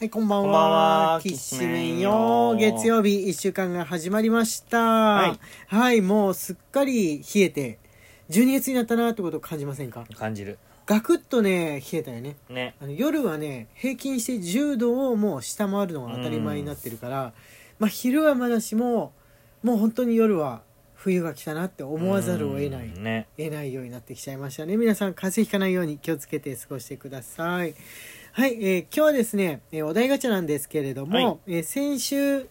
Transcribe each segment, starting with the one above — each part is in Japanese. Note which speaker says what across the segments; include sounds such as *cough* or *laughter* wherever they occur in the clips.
Speaker 1: はい、こんばんは。
Speaker 2: こんばんは
Speaker 1: キッシュメンよ。
Speaker 2: キッ
Speaker 1: 月
Speaker 2: シュメンよ。
Speaker 1: 曜日、一週間が始まりました。はいもうすっかり冷えて、12月になったなってことを感じませんか
Speaker 2: 感じる
Speaker 1: ガクッとね、冷えたよね。
Speaker 2: ね
Speaker 1: あの夜はね、平均して10度をもう下回るのが当たり前になってるから、まあ昼はまだしも、もう本当に夜は冬が来たなって思わざるを得ない。
Speaker 2: うんね
Speaker 1: 得ないようになってきちゃいましたね皆さん風邪ひかないように気をつけて過ごしてくださいはい、えー今日はですね、えーお題ガチャなんですけれども、
Speaker 2: はい
Speaker 1: えー先週、え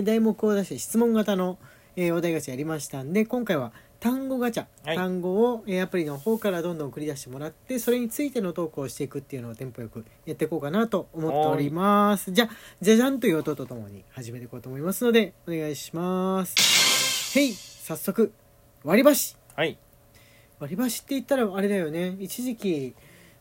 Speaker 1: ー題目を出して質問型の、えーお題ガチャやりましたんで今回は単語ガチャ、
Speaker 2: はい
Speaker 1: 単語を、えーアプリの方からどんどん繰り出してもらってそれについての投稿をしていくっていうのをテンポよくやっていこうかなと思っておりますじゃあじゃじゃんという音とともに始めていこうと思いますのでお願いしますへい早速割り箸
Speaker 2: はい
Speaker 1: 割り箸って言ったらあれだよね一時期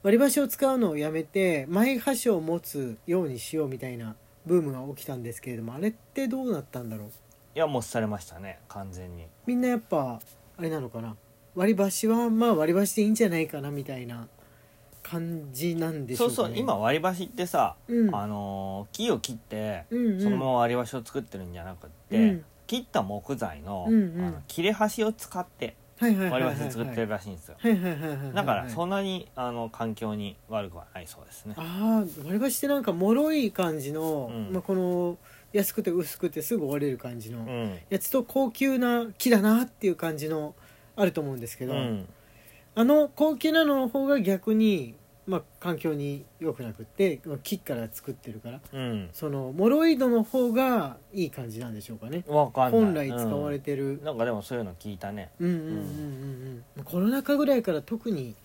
Speaker 1: 割り箸を使うのをやめて前箸を持つようにしようみたいなブームが起きたんですけれどもあれってどうなったんだろう
Speaker 2: いやもうされましたね完全に
Speaker 1: みんなやっぱあれなのかな割り箸はまあ割り箸でいいんじゃないかなみたいな感じなんでしょ
Speaker 2: そう
Speaker 1: うか、ね、
Speaker 2: そう今割り箸ってさ、
Speaker 1: うん
Speaker 2: あのー木を切って、
Speaker 1: うんうん
Speaker 2: そのまま割り箸を作ってるんじゃなくって、
Speaker 1: うん
Speaker 2: 切った木材の,、
Speaker 1: うんうん
Speaker 2: あの切れ端を使って
Speaker 1: はいはいはい
Speaker 2: 割
Speaker 1: は
Speaker 2: り
Speaker 1: い
Speaker 2: 箸で作ってる
Speaker 1: は
Speaker 2: らしいんですよ、
Speaker 1: いはいはいはいはい
Speaker 2: だからそ
Speaker 1: あ
Speaker 2: んなにあの環境に悪くはないそうですね
Speaker 1: あー割り箸ってなんか脆い感じの、
Speaker 2: うん
Speaker 1: まあ、この安くて薄くてすぐ折れる感じの、
Speaker 2: うん
Speaker 1: やつと高級な木だなっていう感じのあると思うんですけ
Speaker 2: う
Speaker 1: ど、
Speaker 2: ん
Speaker 1: あの高級なのの方が逆に、まあ、環境に良くなくってまあ木から作ってるから
Speaker 2: うん
Speaker 1: そのモロイドの方がいい感じなんでしょうかね
Speaker 2: わかんない
Speaker 1: 本来使われて
Speaker 2: う
Speaker 1: る
Speaker 2: ん、なんかでもそういうの聞いたね
Speaker 1: うん、うんうんうんうんコロナ禍ぐらいから特に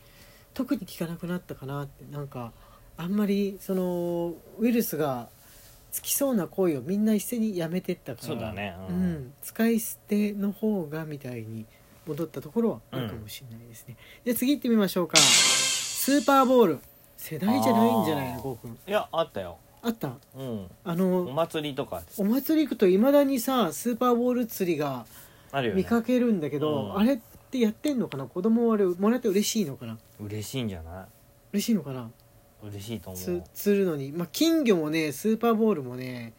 Speaker 1: 特に効かなくなったかなってなんかあんまりそのウイルスがつきそうな行為をみんな一斉にやめてったから
Speaker 2: そうだね
Speaker 1: う
Speaker 2: うんん
Speaker 1: 使い捨ての方がみたいに戻ったところはあるかもしれないですね、じゃあ次行ってみましょうかスーパーボール世代じゃないんじゃない
Speaker 2: あ
Speaker 1: の
Speaker 2: ー
Speaker 1: ゴーくん
Speaker 2: いやあったよ
Speaker 1: あった
Speaker 2: うん
Speaker 1: あ
Speaker 2: お
Speaker 1: の
Speaker 2: 祭りとか
Speaker 1: お祭り行くといまだにさスーパーボール釣りが
Speaker 2: あるよ
Speaker 1: 見
Speaker 2: ね
Speaker 1: かけるんだけど、
Speaker 2: うん
Speaker 1: あれってやってんのかな子供はあれもらって嬉しいのかな
Speaker 2: 嬉しいんじゃな
Speaker 1: 嬉しいのかない
Speaker 2: 嬉しいと思
Speaker 1: つ
Speaker 2: う
Speaker 1: 釣るのに、まあ、金魚もねスーパーボールもね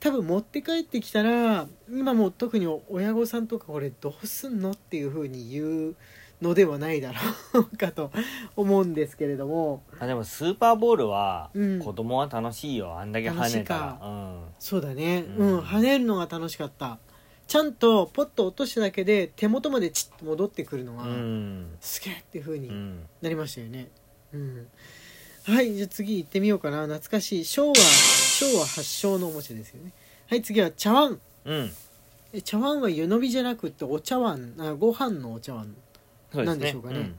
Speaker 1: 多分持って帰ってきたら今もう特に親御さんとかこれどうすんのっていうふうに言うのではないだろう *laughs* かと思うんですけれども
Speaker 2: あでもスーパーボールは
Speaker 1: うん
Speaker 2: 子供は楽しいよ、あんだけ跳ねたら
Speaker 1: 楽しい
Speaker 2: うん
Speaker 1: そうだねう、
Speaker 2: うんん
Speaker 1: 跳ねるのが楽しかったちゃんとポッと落としただけで手元までチッと戻ってくるのが、
Speaker 2: うん、
Speaker 1: すげえっていうふう
Speaker 2: う
Speaker 1: に
Speaker 2: ん、
Speaker 1: なりましたよねうんはいじゃあ次行ってみようかな懐かしい昭和昭和発祥のおもちゃですよねはい次は茶碗
Speaker 2: うん、
Speaker 1: え茶碗は湯飲みじゃなくってお茶碗あご飯のお茶碗
Speaker 2: そうで
Speaker 1: な
Speaker 2: すね
Speaker 1: んでしょうかね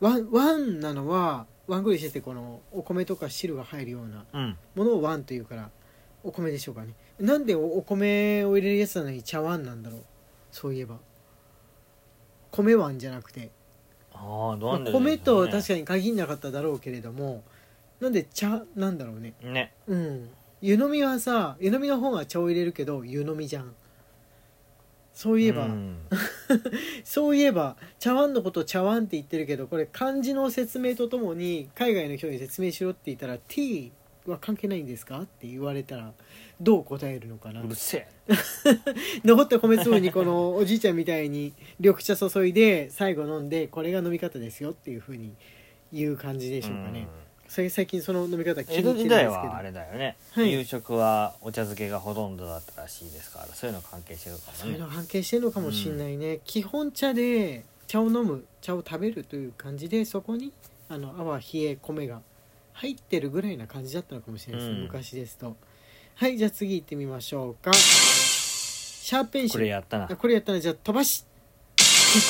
Speaker 1: わん碗なのはワングリしててこのお米とか汁が入るような
Speaker 2: うん、うん
Speaker 1: ものを碗というからお米でしょうかねなんでおお米を入れるやつなのに茶碗なんだろうそういえば米碗じゃなくて
Speaker 2: ああどうなんで
Speaker 1: まあ米と確
Speaker 2: か
Speaker 1: かに限んなかっただろうけれどもなんで茶なんだろうね
Speaker 2: にね
Speaker 1: うん湯飲みはさ湯飲みの方が茶を入れるけど湯飲みじゃんそういえば、
Speaker 2: うん
Speaker 1: そういえば茶碗のこと茶碗って言ってるけどこれ漢字の説明とともに海外の人に説明しろって言ったら T は関係ないんですかって言われたらどう答えるのかな
Speaker 2: うるせえ
Speaker 1: 残った米粒にこのおじいちゃんみたいに緑茶注いで最後飲んでこれが飲み方ですよっていうふうに言う感じでしょうかね、それ最近その飲み方気に
Speaker 2: 江
Speaker 1: 入
Speaker 2: 戸
Speaker 1: ってるんですけ
Speaker 2: 時代
Speaker 1: ど
Speaker 2: はあれだよね、
Speaker 1: はい
Speaker 2: 夕食はお茶漬けがほとんどだったらしいですからそういうの関係してるか
Speaker 1: そうい
Speaker 2: も
Speaker 1: う
Speaker 2: ね
Speaker 1: の関係してるのかもしんないね、基本茶で茶を飲む茶を食べるという感じでそこにあの泡冷え米が入ってるぐらいな感じだったのかもしれないですね、
Speaker 2: うん
Speaker 1: 昔ですとはいじゃあ次行ってみましょうかシャーペンシ
Speaker 2: これ
Speaker 1: ル
Speaker 2: やったな
Speaker 1: あこれやったなじゃあ飛ばし *laughs*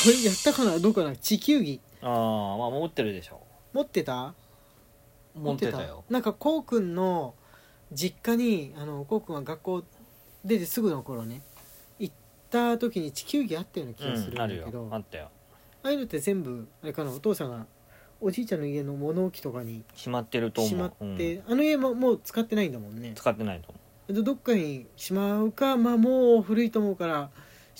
Speaker 1: これやったかなどうかな地球儀
Speaker 2: ああまあ持ってるでしょ
Speaker 1: 持ってた
Speaker 2: 持ってたよ
Speaker 1: なんかこうくんの実家にあのこうくんは学校出てすぐの頃ね行った時に地球儀あったような気がするん
Speaker 2: うん、あ
Speaker 1: だ
Speaker 2: る
Speaker 1: けど、
Speaker 2: よあ
Speaker 1: あ
Speaker 2: ったよ
Speaker 1: あいうのって全部あれかなお父さんがおじいちゃんの家の物置とかに
Speaker 2: しまってると思う
Speaker 1: しまって、
Speaker 2: うん、
Speaker 1: あの家ももう使ってないんだもんね
Speaker 2: 使ってないと思
Speaker 1: でどっかにしまうかまあもう古いと思うから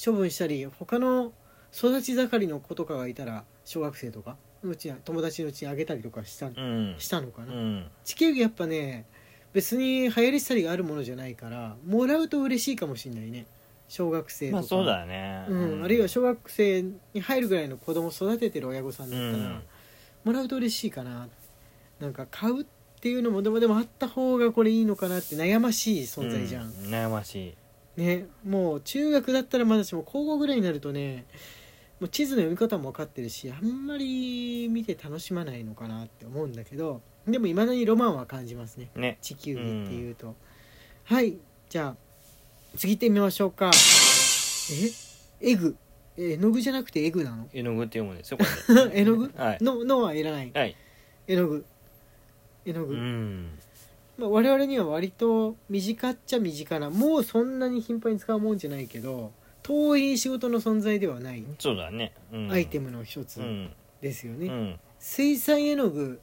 Speaker 1: 処分したり他の育ち盛りの子とかがいたら小学生とかうちに友達のうちにあげたりとかした,、
Speaker 2: ううん
Speaker 1: したのかな、
Speaker 2: うん
Speaker 1: 地球儀やっぱね別に流行り廃りがあるものじゃないからもらうと嬉しいかもしれないね小学生と
Speaker 2: ま
Speaker 1: か、
Speaker 2: あそうだよね、
Speaker 1: うん、あるいは小学生に入るぐらいの子供を育ててる親御さんだったら、
Speaker 2: うん
Speaker 1: もらうと嬉しいかななんか買うっていうのもでもでもあった方がこれいいのかなって悩ましい存在じゃん、
Speaker 2: う悩ましい
Speaker 1: ねもう中学だったらまだしも高校ぐらいになるとねもう地図の読み方も分かってるしあんまり見て楽しまないのかなって思うんだけどでもいまだにロマンは感じますね
Speaker 2: ね
Speaker 1: 地球儀っていうと、はいじゃあ次行ってみましょうかえエグえ絵の具じゃなくてエグなの
Speaker 2: 絵の具って読むんですよこれ
Speaker 1: 絵の具 *laughs*
Speaker 2: はい
Speaker 1: ののはいらない
Speaker 2: はい
Speaker 1: 絵の具絵の具、
Speaker 2: うん
Speaker 1: まあ、我々には割と身近っちゃ身近なもうそんなに頻繁に使うもんじゃないけど遠い仕事の存在ではない
Speaker 2: そうだね、うん、
Speaker 1: アイテムの一つ
Speaker 2: うん
Speaker 1: ですよね、
Speaker 2: うん
Speaker 1: 水彩絵の具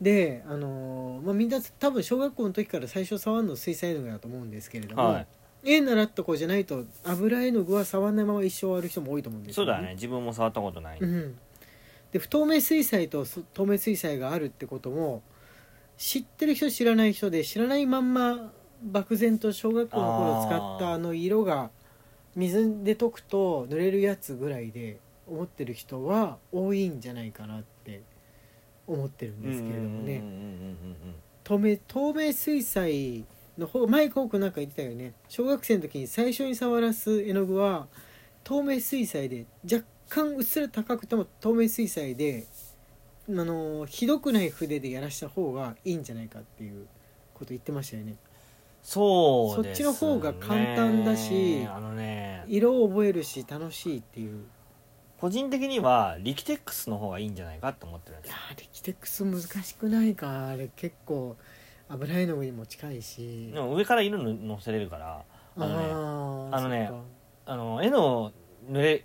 Speaker 1: で、あのーまあ、みんな多分小学校の時から最初触るの水彩絵の具だと思うんですけれども、
Speaker 2: は
Speaker 1: 絵習った子じゃないと油絵の具は触らないまま一生終わる人も多いと思うんで
Speaker 2: い
Speaker 1: す
Speaker 2: そうだね自分も触ったことない、
Speaker 1: うん、で不透明水彩とそ透明水彩があるってことも知ってる人知らない人で知らないまんま漠然と小学校の頃使った
Speaker 2: あー
Speaker 1: あの色が水で溶くと塗れるやつぐらいで思ってる人は多いんじゃないかなって思ってるんですけれども
Speaker 2: うん
Speaker 1: ね
Speaker 2: うんうんうんうん
Speaker 1: 透明透明水彩の方マイク多くなんか言ってたよね小学生の時に最初に触らす絵の具は透明水彩で若干うっすら高くても透明水彩で、あのーひどくない筆でやらした方がいいんじゃないかっていうこと言ってましたよね
Speaker 2: そうです、ね、
Speaker 1: そっちの方が簡単だし
Speaker 2: あのね
Speaker 1: 色を覚えるし楽しいっていう
Speaker 2: 個人的にはリキテックスの方がいいんじゃないかと思ってるんで
Speaker 1: い
Speaker 2: す
Speaker 1: やーリキテックス難しくないかあれ結構油絵の具にも近いし
Speaker 2: でも上から色の乗せれるからあのね
Speaker 1: ー
Speaker 2: あのね
Speaker 1: そっか
Speaker 2: あの絵の塗れ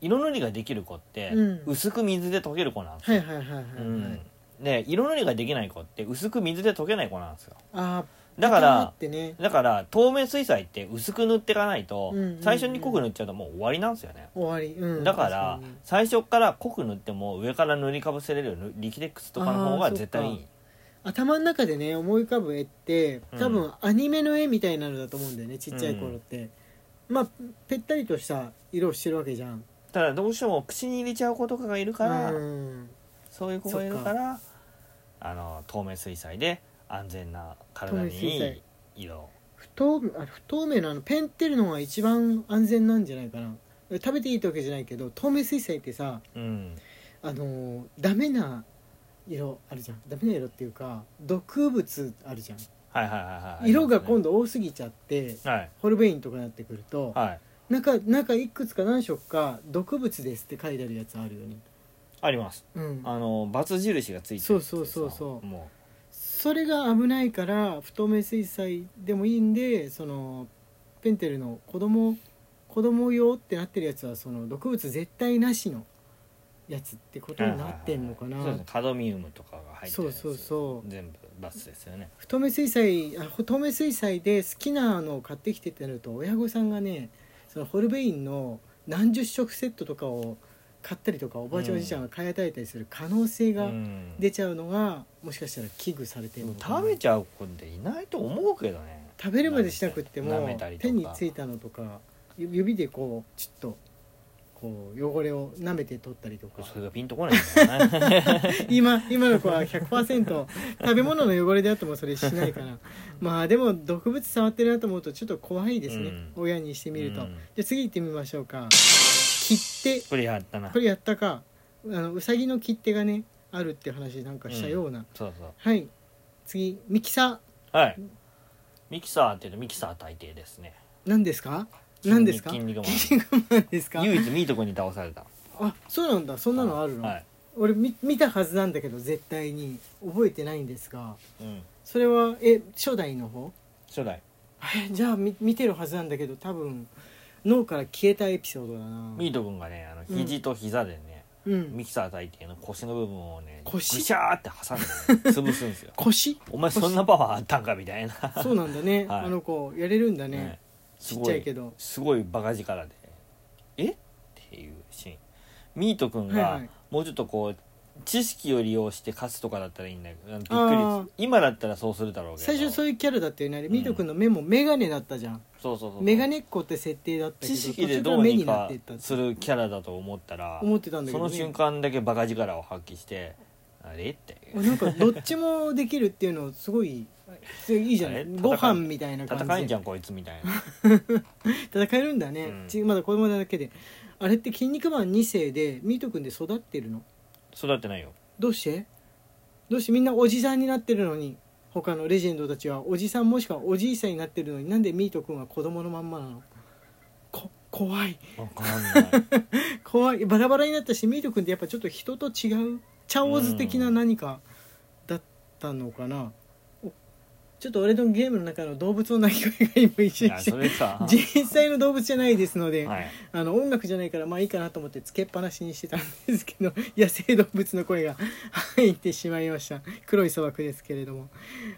Speaker 2: 色塗りができる子って、
Speaker 1: うん
Speaker 2: 薄く水で溶ける子なんです
Speaker 1: は
Speaker 2: よ、
Speaker 1: いはいはいはい、はい
Speaker 2: うん、で色塗りができない子って薄く水で溶けない子なんですよ
Speaker 1: あー
Speaker 2: だか
Speaker 1: パターンっ
Speaker 2: ら
Speaker 1: てね
Speaker 2: だから透明水彩って薄く塗っていかないと、
Speaker 1: うんうんうん
Speaker 2: 最初に濃く塗っちゃうともう終わりなんですよね、
Speaker 1: 終わり、うん、
Speaker 2: だから最初から濃く塗っても上から塗りかぶせれるぬリキテックスとかの方
Speaker 1: あ
Speaker 2: が
Speaker 1: ー
Speaker 2: 絶対いい
Speaker 1: 頭の中でね思い浮かぶ絵って多分アニメの絵みたいなのだと思うんだよねちっちゃい頃って、まあぺったりとした色をしてるわけじゃん
Speaker 2: ただどうしても口に入れちゃう子とかがいるから、
Speaker 1: うん、
Speaker 2: そういう子がいるからあの透明水彩で安全な体
Speaker 1: 透明水
Speaker 2: にい
Speaker 1: 彩
Speaker 2: い色
Speaker 1: 不透明あ不透明のあのペンってるのが一番安全なんじゃないかな食べていいってわけじゃないけど透明水彩ってさ
Speaker 2: うん
Speaker 1: あのーダメな色あるじゃんダメな色っていうか毒物あるじゃん、
Speaker 2: はいはいはいはい
Speaker 1: 色が今
Speaker 2: 度
Speaker 1: 度多すぎちゃって
Speaker 2: はい
Speaker 1: ホルベインとかになってくると、
Speaker 2: はい
Speaker 1: なんかなんかいくつか何色か毒物ですって書いてあるやつあるよね、
Speaker 2: あります
Speaker 1: うん、
Speaker 2: あのバツ印がついてる
Speaker 1: そうそうそうそう
Speaker 2: も
Speaker 1: それが危ないから不透明水彩でもいいんでそのペンテルの子供子供用ってなってるやつはその毒物絶対なしのやつってこ
Speaker 2: う
Speaker 1: とになってんのかな、
Speaker 2: はいはいはいそうですねカドミウムとかが入ってるやつ
Speaker 1: そうそうそう
Speaker 2: 全部バツですよね
Speaker 1: 不透明水彩あ不透明水彩で好きなのを買ってきてってなると親御さんがねそのホルベインの何十色セットとかを買ったりとかおばあちゃんお
Speaker 2: うん
Speaker 1: じいちゃんが買い与えたりする可能性
Speaker 2: う
Speaker 1: が
Speaker 2: ん
Speaker 1: 出ちゃうのがもしかしたら危惧されて
Speaker 2: で
Speaker 1: る
Speaker 2: も
Speaker 1: のかな
Speaker 2: 食べちゃう子っていないと思うけどね
Speaker 1: 食べるまでしなくって
Speaker 2: 舐
Speaker 1: も
Speaker 2: めたりとか
Speaker 1: 手についたのとかゆ指でこうちょっとこう汚れを舐めて取ったりとか
Speaker 2: それがピンとこないんだ
Speaker 1: *laughs*
Speaker 2: よね
Speaker 1: 今今の子は100%食べ物の汚れであってもそれしないからまあでも毒物触ってるなと思うとちょっと怖いですね、
Speaker 2: うん
Speaker 1: 親にしてみると、
Speaker 2: うん
Speaker 1: じゃあ次行ってみましょうか切手
Speaker 2: これやったな
Speaker 1: これやったかあのうさぎの切手がねあるって話なんかしたような、
Speaker 2: そうそう
Speaker 1: はい次ミキサ
Speaker 2: はい。ミキサーっていうとミキサー大抵ですね。
Speaker 1: ー何ですか何ですか
Speaker 2: 筋肉筋
Speaker 1: 筋肉マンですか
Speaker 2: 唯一ミート君に倒された。
Speaker 1: あそうなんだそんなのあるの、
Speaker 2: はい。
Speaker 1: 俺み見たはずなんだけど絶対に覚えてないんですが
Speaker 2: うん。
Speaker 1: それはえ初代の方 *laughs*
Speaker 2: 初代。
Speaker 1: えじゃあみ見てるはずなんだけど多分脳から消えたエピソードだな
Speaker 2: ミート君がね、あの肘と膝でね、
Speaker 1: うん
Speaker 2: ミキサー大抵の腰の部分をね、
Speaker 1: 腰。
Speaker 2: ぐしゃーって挟んで、ね、潰すんです
Speaker 1: *laughs*
Speaker 2: よ *laughs*
Speaker 1: 腰
Speaker 2: お前そんなパワーあったんかみたいな。
Speaker 1: そうなんだね、
Speaker 2: はい
Speaker 1: あの子やれるんだね
Speaker 2: ねす
Speaker 1: ちっ
Speaker 2: ご
Speaker 1: ちゃいけど
Speaker 2: すごいバカ力で。えっていうシーン。ミート君
Speaker 1: はいは
Speaker 2: が
Speaker 1: い
Speaker 2: もうちょっとこう知識を利用して勝つとかだったらいいんだけどびっ
Speaker 1: あ
Speaker 2: くり今だったらそうするだろうけど
Speaker 1: 最初そう
Speaker 2: いう
Speaker 1: いうキャラだったよねあれ
Speaker 2: うん
Speaker 1: ミート君の目も眼鏡だったじゃん
Speaker 2: そうそうそう
Speaker 1: 眼鏡っ子って設定だったけど
Speaker 2: 知識で
Speaker 1: 途中か
Speaker 2: ど
Speaker 1: ら
Speaker 2: う
Speaker 1: 目
Speaker 2: に
Speaker 1: になっ
Speaker 2: か
Speaker 1: ていったって
Speaker 2: するキャラだと思ったら
Speaker 1: 思ってたんだけ
Speaker 2: そ
Speaker 1: ど、
Speaker 2: の
Speaker 1: ね、
Speaker 2: 瞬間だけバカ力を発揮してあれって
Speaker 1: なんかどっちもできるっていうのすごいいいじゃ
Speaker 2: あ
Speaker 1: な
Speaker 2: れ
Speaker 1: い
Speaker 2: 戦い
Speaker 1: ご飯みたいな感じで
Speaker 2: 戦いんじゃんこいつみたいな
Speaker 1: 戦えるんだね、
Speaker 2: うん
Speaker 1: ちまだ子供なだけであれって「筋肉マン2世」でミート君で育ってるの
Speaker 2: 育ってないよ
Speaker 1: どうしてどうしてみんなおじさんになってるのに他のレジェンドたちはおじさんもしくはおじいさんになってるのになんでミート君は子供のまんまなのこ怖い
Speaker 2: わかんない
Speaker 1: 怖いバラバラになったしミート君ってやっぱちょっと人と違う茶オズ的な何かだったのかな、おちょっと俺のゲームの中の動物の鳴き声が今一緒に
Speaker 2: あ
Speaker 1: して
Speaker 2: それ *laughs* さ
Speaker 1: *laughs* 実際の動物じゃないですので、
Speaker 2: はい
Speaker 1: あの音楽じゃないからまあいいかなと思ってつけっぱなしにしてたんですけど *laughs* 野生動物の声が *laughs* 入ってしまいました黒い砂漠ですけれども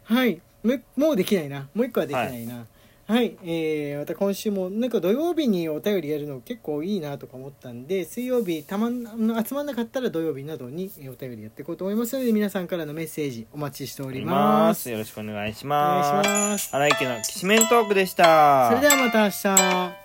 Speaker 1: はいもうもうできないなもう一個はできないなはい、えーまた今週もなんか土曜日にお便りやるの結構いいなとか思ったんで水曜日たまんあの集まんなかったら土曜日などにえーお便りやっていこうと思いますので皆さんからのメッセージお待ちしてお
Speaker 2: お
Speaker 1: り
Speaker 2: り
Speaker 1: ま
Speaker 2: ますすよろしくお願いし
Speaker 1: お願い
Speaker 2: ます
Speaker 1: します
Speaker 2: 荒井家のきしめんトークでした
Speaker 1: それではまた明日